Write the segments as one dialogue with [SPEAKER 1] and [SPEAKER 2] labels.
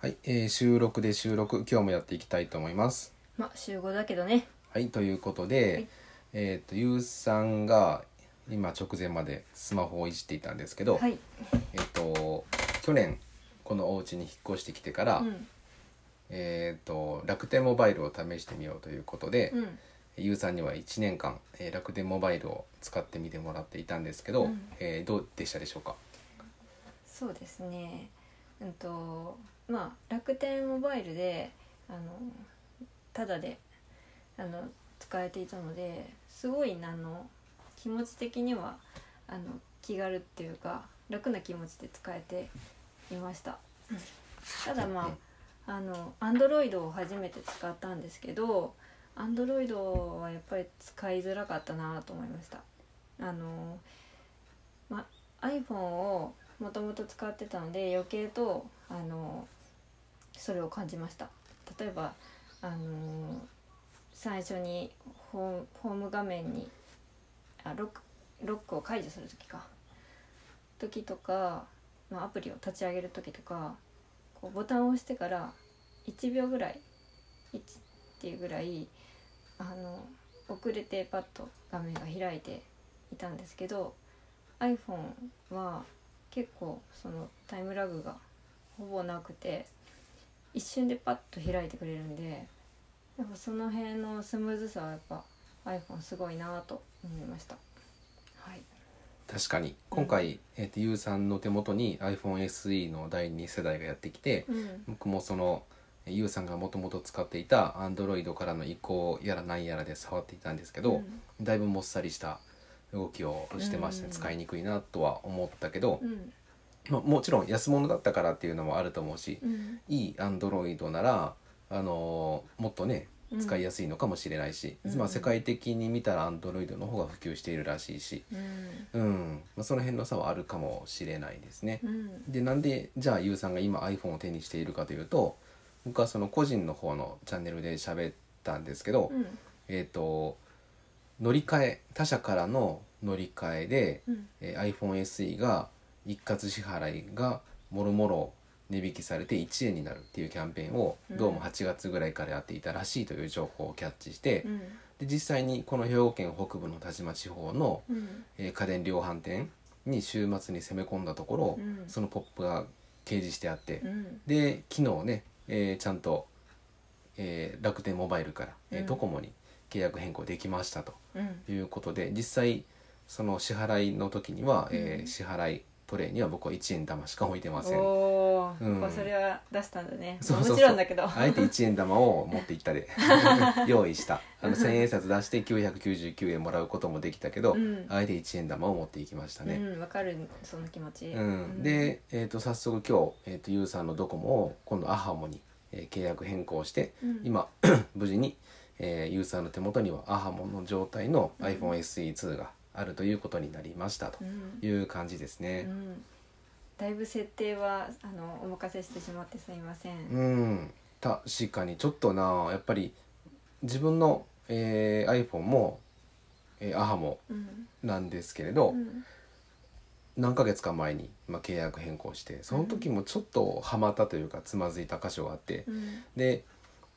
[SPEAKER 1] はい、えー収録で収録今日もやっていきたいと思います。
[SPEAKER 2] まあ集合だけどね
[SPEAKER 1] はいということで、
[SPEAKER 2] はい
[SPEAKER 1] えっ、とゆうさんが今直前までスマホをいじっていたんですけど、
[SPEAKER 2] はい、
[SPEAKER 1] えっ、と去年このお家に引っ越してきてから、
[SPEAKER 2] うん
[SPEAKER 1] えっ、と楽天モバイルを試してみようということで、
[SPEAKER 2] うん
[SPEAKER 1] ゆうさんには1年間、えー楽天モバイルを使ってみてもらっていたんですけど、
[SPEAKER 2] うん
[SPEAKER 1] えーどうでしたでしょうか。
[SPEAKER 2] そうですねうんとまあ楽天モバイルであのただであの使えていたのですごいあの気持ち的にはあの気軽っていうか楽な気持ちで使えていましたただまああのアンドロイドを初めて使ったんですけどアンドロイドはやっぱり使いづらかったなと思いましたあの、ま、iPhone をもともと使ってたので余計とあのそれを感じました例えばあの最初にホームホーム画面にあロックロックを解除する時か時とか、まあ、アプリを立ち上げる時とかこうボタンを押してから1秒ぐらい1っていうぐらいあの遅れてパッと画面が開いていたんですけど iPhone は結構そのタイムラグがほぼなくて一瞬でパッと開いてくれるんでやっぱその辺のスムーズさはやっぱ iPhone すごいなと思いましたはい
[SPEAKER 1] 確かに今回、えー、とゆうさんの手元に iPhoneSE の第2世代がやってきて、
[SPEAKER 2] うん
[SPEAKER 1] 僕もそのえーゆうさんがもともと使っていた Android からの移行やらなんやらで触っていたんですけど、だいぶもっさりした動きをしてまして、
[SPEAKER 2] うん
[SPEAKER 1] 使いにくいなとは思ったけど
[SPEAKER 2] う、ん
[SPEAKER 1] まあ、もちろん安物だったからっていうのもあると思うし、
[SPEAKER 2] うん
[SPEAKER 1] いい Android なら、あのーもっとね
[SPEAKER 2] うん
[SPEAKER 1] 使いやすいのかもしれないし、
[SPEAKER 2] うん
[SPEAKER 1] まあ、世界的に見たら Android の方が普及しているらしいし、
[SPEAKER 2] うん
[SPEAKER 1] うんまあ、その辺の差はあるかもしれないですね。
[SPEAKER 2] うん
[SPEAKER 1] でなんでじゃあ YOU さんが今 iPhone を手にしているかというと僕はその個人の方のチャンネルで喋ったんですけど、
[SPEAKER 2] うん
[SPEAKER 1] えっ、と乗り換え他社からの乗り換えで、
[SPEAKER 2] うん
[SPEAKER 1] えー iPhoneSE が一括支払いがもろもろ値引きされて1円になるっていうキャンペーンを
[SPEAKER 2] うん
[SPEAKER 1] どうも8月ぐらいからやっていたらしいという情報をキャッチして、
[SPEAKER 2] うん
[SPEAKER 1] で実際にこの兵庫県北部の田島地方の
[SPEAKER 2] うん
[SPEAKER 1] えー家電量販店に週末に攻め込んだところ、
[SPEAKER 2] うん
[SPEAKER 1] そのポップが掲示してあって、
[SPEAKER 2] うん
[SPEAKER 1] で昨日ね、えーちゃんと、えー楽天モバイルから、えー
[SPEAKER 2] うん
[SPEAKER 1] ドコモに契約変更できましたと
[SPEAKER 2] うん
[SPEAKER 1] いうことで実際その支払いの時には、えー
[SPEAKER 2] うん
[SPEAKER 1] 支払いトレイには僕は1円玉しか置いてません。
[SPEAKER 2] おー、
[SPEAKER 1] うん
[SPEAKER 2] やっぱそれは出したんだね
[SPEAKER 1] そうそうそう
[SPEAKER 2] もちろんだけど
[SPEAKER 1] あえて1円玉を持っていった で用意したあの1,000円札出して999円もらうこともできたけど、
[SPEAKER 2] うん
[SPEAKER 1] あえて1円玉を持っていきましたね。
[SPEAKER 2] うんわかるその気持ち、
[SPEAKER 1] うん、で、えー、と早速今日、えー、とゆうさんのドコモを今度アハモに、えー契約変更して、
[SPEAKER 2] うん
[SPEAKER 1] 今 無事に、えー、ゆうさんの手元にはアハモの状態の
[SPEAKER 2] うん
[SPEAKER 1] iPhoneSE2 があるということになりましたと
[SPEAKER 2] うん
[SPEAKER 1] いう感じです
[SPEAKER 2] う
[SPEAKER 1] ね。
[SPEAKER 2] ん、だいぶ設定はあのお任せしてしまってすみません、
[SPEAKER 1] うん、確かにちょっとなやっぱり自分の、えー iPhone も、えーアハモ
[SPEAKER 2] うん
[SPEAKER 1] なんですけれど、
[SPEAKER 2] うん
[SPEAKER 1] 何ヶ月か前に、まあ、契約変更してその時もちょっとハマったというかつまずいた箇所があって。
[SPEAKER 2] うん
[SPEAKER 1] で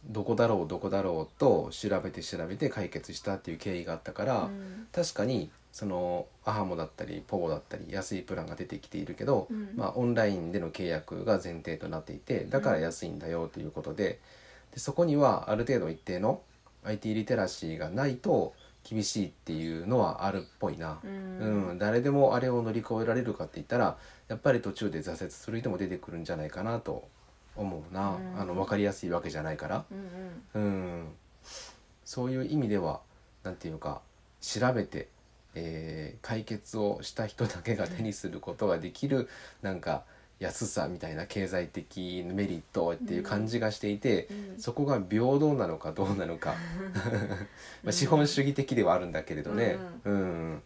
[SPEAKER 1] どこだろうどこだろうと調べて調べて解決したっていう経緯があったから、
[SPEAKER 2] うん
[SPEAKER 1] 確かにそのアハモだったりポボだったり安いプランが出てきているけど、
[SPEAKER 2] うん
[SPEAKER 1] まあ、オンラインでの契約が前提となっていてだから安いんだよということで,、でそこにはある程度一定の IT リテラシーがないと厳しいっていうのはあるっぽいな。
[SPEAKER 2] うん
[SPEAKER 1] うん、誰でもあれを乗り越えられるかって言ったらやっぱり途中で挫折する人も出てくるんじゃないかなと思うな、
[SPEAKER 2] うん
[SPEAKER 1] あの分かりやすいわけじゃないから、
[SPEAKER 2] うんうん
[SPEAKER 1] うん、そういう意味では何て言うか調べて、えー解決をした人だけが手にすることができる、なんか安さみたいな経済的メリットっていう感じがしていて、
[SPEAKER 2] うん
[SPEAKER 1] そこが平等なのかどうなの か、まあ、資本主義的ではあるんだけれどね、うん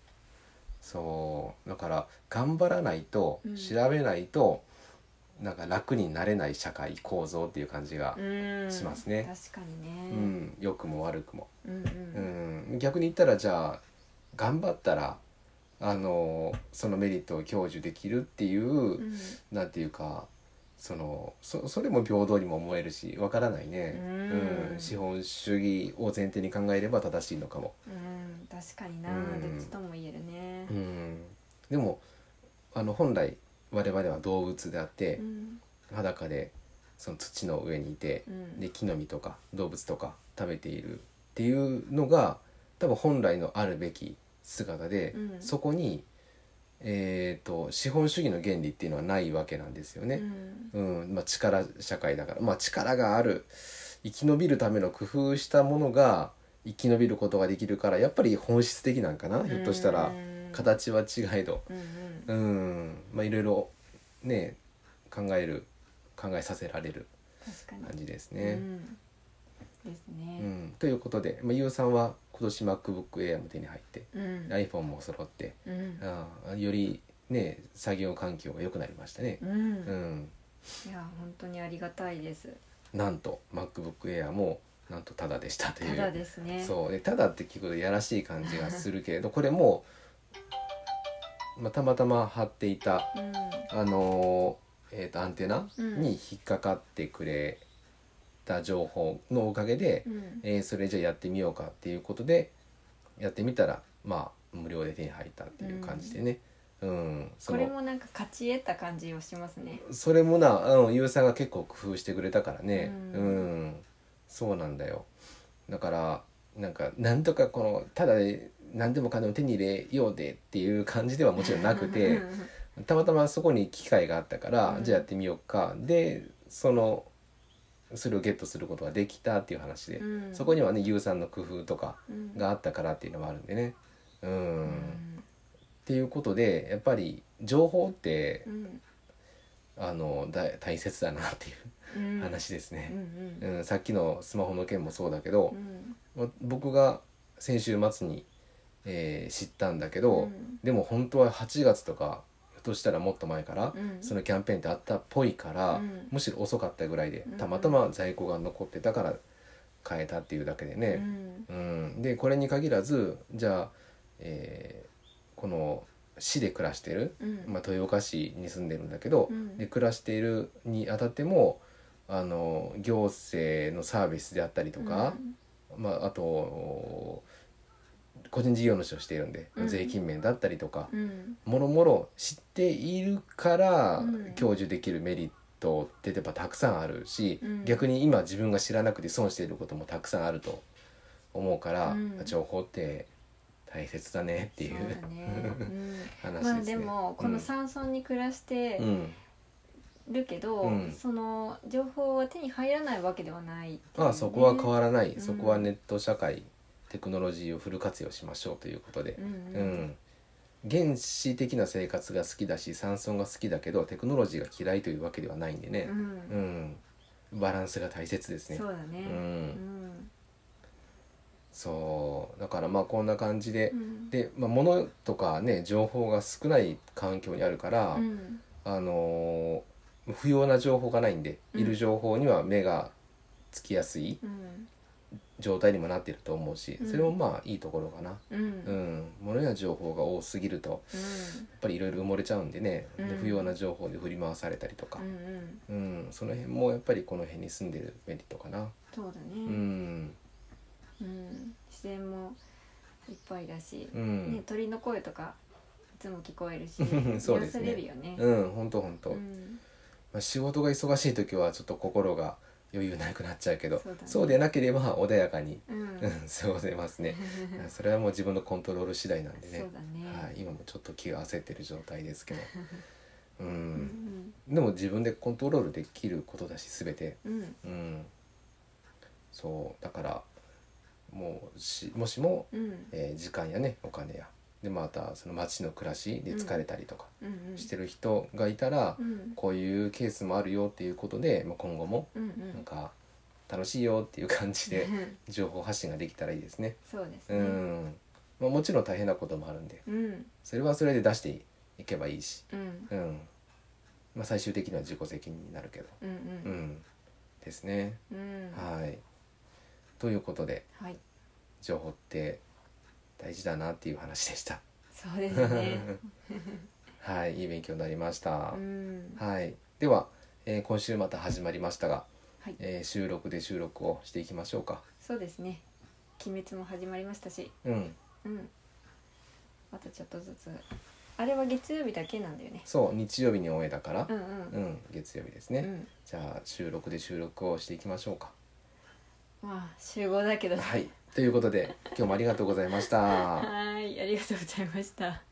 [SPEAKER 1] そうだから頑張らないと
[SPEAKER 2] うん
[SPEAKER 1] 調べないと、なんか楽になれない社会構造っていう感じが、
[SPEAKER 2] うん
[SPEAKER 1] しますね
[SPEAKER 2] 確かに
[SPEAKER 1] う
[SPEAKER 2] ね、
[SPEAKER 1] ん良くも悪くも、
[SPEAKER 2] うん、うん
[SPEAKER 1] う
[SPEAKER 2] うん
[SPEAKER 1] ん、逆に言ったらじゃあ頑張ったらあのそのメリットを享受できるっていう、なんていうかそのそそれも平等にも思えるしわからないね、
[SPEAKER 2] うん
[SPEAKER 1] うん資本主義を前提に考えれば正しいのかも。
[SPEAKER 2] うん確かにな、
[SPEAKER 1] うん
[SPEAKER 2] どっちとも言えるね
[SPEAKER 1] う、ん、でもあの本来我々は動物であって
[SPEAKER 2] うん
[SPEAKER 1] 裸でその土の上にいて
[SPEAKER 2] うん
[SPEAKER 1] で木の実とか動物とか食べているっていうのが多分本来のあるべき姿で、
[SPEAKER 2] うん
[SPEAKER 1] そこに、えー、と資本主義の原理っていうのはないわけなんですよね。
[SPEAKER 2] うん
[SPEAKER 1] うんまあ、力社会だから、まあ、力がある生き延びるための工夫したものが生き延びることができるからやっぱり本質的なんかなひょっとしたら
[SPEAKER 2] うん
[SPEAKER 1] 形は違えど
[SPEAKER 2] うんうん
[SPEAKER 1] うんまあいろいろね考える考えさせられる
[SPEAKER 2] 確かに、
[SPEAKER 1] 感じです
[SPEAKER 2] う
[SPEAKER 1] ね。
[SPEAKER 2] ん、です
[SPEAKER 1] う
[SPEAKER 2] ね
[SPEAKER 1] ん、ということで、まあ、ゆうさんは今年 MacBookAir も手に入って
[SPEAKER 2] うん
[SPEAKER 1] iPhone も揃って
[SPEAKER 2] うん
[SPEAKER 1] ああよりね作業環境が良くなりましたね。
[SPEAKER 2] うん
[SPEAKER 1] うん、
[SPEAKER 2] いや本当にありがたいです
[SPEAKER 1] なんと MacBookAir もなんとタダでしたという
[SPEAKER 2] ただですね
[SPEAKER 1] そうでただって聞くとやらしい感じがするけれどこれも、まあ、たまたま貼っていた、
[SPEAKER 2] うん
[SPEAKER 1] あのーえーとアンテナ
[SPEAKER 2] うん
[SPEAKER 1] に引っかかってくれた情報のおかげで、
[SPEAKER 2] うん
[SPEAKER 1] えーそれじゃあやってみようかっていうことでやってみたらまあ無料で手に入ったっていう感じでね。うんそ
[SPEAKER 2] こ
[SPEAKER 1] の
[SPEAKER 2] れもなんか勝ち得た感じをしますね
[SPEAKER 1] それもな、うん、ゆうさんが結構工夫してくれたからね。う、
[SPEAKER 2] うんん
[SPEAKER 1] そうなんだよ。だから、なんか、なんとかこの、ただで、何でもかんでも手に入れようでっていう感じではもちろんなくて、たまたまそこに機会があったから、
[SPEAKER 2] うん
[SPEAKER 1] じゃあやってみようか。で、その、それをゲットすることができたっていう話で、
[SPEAKER 2] うん
[SPEAKER 1] そこにはね、ゆうさんの工夫とか
[SPEAKER 2] うん
[SPEAKER 1] があったからっていうのもあるんでね。う、
[SPEAKER 2] うんん
[SPEAKER 1] っていうことで、やっぱり、情報って、
[SPEAKER 2] うん
[SPEAKER 1] あのだ大切だなっていううん話です
[SPEAKER 2] うん
[SPEAKER 1] ね、
[SPEAKER 2] うん
[SPEAKER 1] うんさっきのスマホの件もそうだけど
[SPEAKER 2] う、ん
[SPEAKER 1] ま僕が先週末に、えー知ったんだけど、
[SPEAKER 2] うん
[SPEAKER 1] でも本当は8月とかひょっとしたらもっと前から、
[SPEAKER 2] うん
[SPEAKER 1] そのキャンペーンってあったっぽいから、
[SPEAKER 2] うん
[SPEAKER 1] むしろ遅かったぐらいで
[SPEAKER 2] うん
[SPEAKER 1] たまたま在庫が残ってたから買えたっていうだけでね、
[SPEAKER 2] うん
[SPEAKER 1] うん、でこれに限らずじゃあ、えーこの市で暮らしてる、
[SPEAKER 2] うん
[SPEAKER 1] まあ、豊岡市に住んでるんだけど、
[SPEAKER 2] うん
[SPEAKER 1] で暮らしているにあたってもあの行政のサービスであったりとか、まあ、あと個人事業主をしているんで、
[SPEAKER 2] うん
[SPEAKER 1] 税金面だったりとか
[SPEAKER 2] う、ん
[SPEAKER 1] もろもろ知っているから、
[SPEAKER 2] うん
[SPEAKER 1] 享受できるメリットってやっぱたくさんあるし、
[SPEAKER 2] うん
[SPEAKER 1] 逆に今自分が知らなくて損していることもたくさんあると思うから、
[SPEAKER 2] うん
[SPEAKER 1] 情報って大切だねっていう
[SPEAKER 2] そうだねうん ま
[SPEAKER 1] 話
[SPEAKER 2] あ
[SPEAKER 1] ですね。
[SPEAKER 2] でもこの山村に暮らして
[SPEAKER 1] うん
[SPEAKER 2] るけど、
[SPEAKER 1] うん
[SPEAKER 2] その情報は手に入らないわけではないっていうね、
[SPEAKER 1] まあそこは変わらない、
[SPEAKER 2] うん
[SPEAKER 1] そこはネット社会テクノロジーをフル活用しましょうということで
[SPEAKER 2] う、ん
[SPEAKER 1] うん
[SPEAKER 2] うん
[SPEAKER 1] 原始的な生活が好きだし山村が好きだけどテクノロジーが嫌いというわけではないんでね
[SPEAKER 2] う、ん
[SPEAKER 1] うんバランスが大切ですね
[SPEAKER 2] そうだね
[SPEAKER 1] う
[SPEAKER 2] うんん
[SPEAKER 1] そうだからまあこんな感じで、
[SPEAKER 2] うん
[SPEAKER 1] で、まあ、物とかね情報が少ない環境にあるから、
[SPEAKER 2] うん
[SPEAKER 1] あのー不要な情報がないんで、
[SPEAKER 2] うん
[SPEAKER 1] いる情報には目がつきやすい
[SPEAKER 2] うん
[SPEAKER 1] 状態にもなってると思うし、
[SPEAKER 2] うん
[SPEAKER 1] それもまあいいところかな。
[SPEAKER 2] うんうん
[SPEAKER 1] うん、物や情報が多すぎるとやっぱりいろいろ埋もれちゃうんでね、で
[SPEAKER 2] うん
[SPEAKER 1] 不要な情報で振り回されたりとか
[SPEAKER 2] う、ん
[SPEAKER 1] うんその辺もやっぱりこの辺に住んでるメリットかな。
[SPEAKER 2] そうだ
[SPEAKER 1] う
[SPEAKER 2] ね、
[SPEAKER 1] ん、
[SPEAKER 2] うん自然もいっぱいだし、
[SPEAKER 1] う
[SPEAKER 2] ね
[SPEAKER 1] ん、
[SPEAKER 2] 鳥の声とかいつも聞こえるし
[SPEAKER 1] そうですね
[SPEAKER 2] 癒されるよね、
[SPEAKER 1] うん、本当本当。
[SPEAKER 2] う
[SPEAKER 1] ま
[SPEAKER 2] ん
[SPEAKER 1] あ、仕事が忙しい時はちょっと心が余裕なくなっちゃうけど、
[SPEAKER 2] そうだね
[SPEAKER 1] でなければ穏やかに、
[SPEAKER 2] うん
[SPEAKER 1] うん、過ごせますね。 それはもう自分のコントロール次第なんでね。
[SPEAKER 2] そうだね、
[SPEAKER 1] はい、今もちょっと気が焦ってる状態ですけど。う。
[SPEAKER 2] うんん
[SPEAKER 1] でも自分でコントロールできることだし全て、
[SPEAKER 2] うん
[SPEAKER 1] うん、そうだからもうしもしも、
[SPEAKER 2] うん
[SPEAKER 1] えー時間やねお金やでまたその街の暮らしで疲れたりとか
[SPEAKER 2] うんうん
[SPEAKER 1] してる人がいたら、
[SPEAKER 2] うん
[SPEAKER 1] こういうケースもあるよっていうことで、まあ、今後も
[SPEAKER 2] うんう
[SPEAKER 1] なん
[SPEAKER 2] ん
[SPEAKER 1] か楽しいよっていう感じで情報発信ができたらいいですね。
[SPEAKER 2] そうです
[SPEAKER 1] う
[SPEAKER 2] ね
[SPEAKER 1] んまあ、もちろん大変なこともあるんで
[SPEAKER 2] うん
[SPEAKER 1] それはそれで出していけばいいし、
[SPEAKER 2] うん
[SPEAKER 1] うんまあ、最終的には自己責任になるけど。
[SPEAKER 2] うん
[SPEAKER 1] う
[SPEAKER 2] うん
[SPEAKER 1] ん、ですね。
[SPEAKER 2] うん
[SPEAKER 1] はい。ということで
[SPEAKER 2] はい
[SPEAKER 1] 情報って大事だなっていう話でした。
[SPEAKER 2] そうですね
[SPEAKER 1] はい、いい勉強になりました
[SPEAKER 2] う。ん
[SPEAKER 1] はい。では、えー今週また始まりましたが、
[SPEAKER 2] はい、
[SPEAKER 1] えー収録で収録をしていきましょうか
[SPEAKER 2] そうですね鬼滅も始まりましたし
[SPEAKER 1] うん
[SPEAKER 2] うんまたちょっとずつあれは月曜日だけなんだよね
[SPEAKER 1] そう日曜日に終えたから
[SPEAKER 2] うんう
[SPEAKER 1] うんん月曜日です
[SPEAKER 2] う
[SPEAKER 1] ね
[SPEAKER 2] ん
[SPEAKER 1] じゃあ収録で収録をしていきましょうか
[SPEAKER 2] まあ集合だけど
[SPEAKER 1] はいということで今日もありがとうございました
[SPEAKER 2] はーいありがとうございました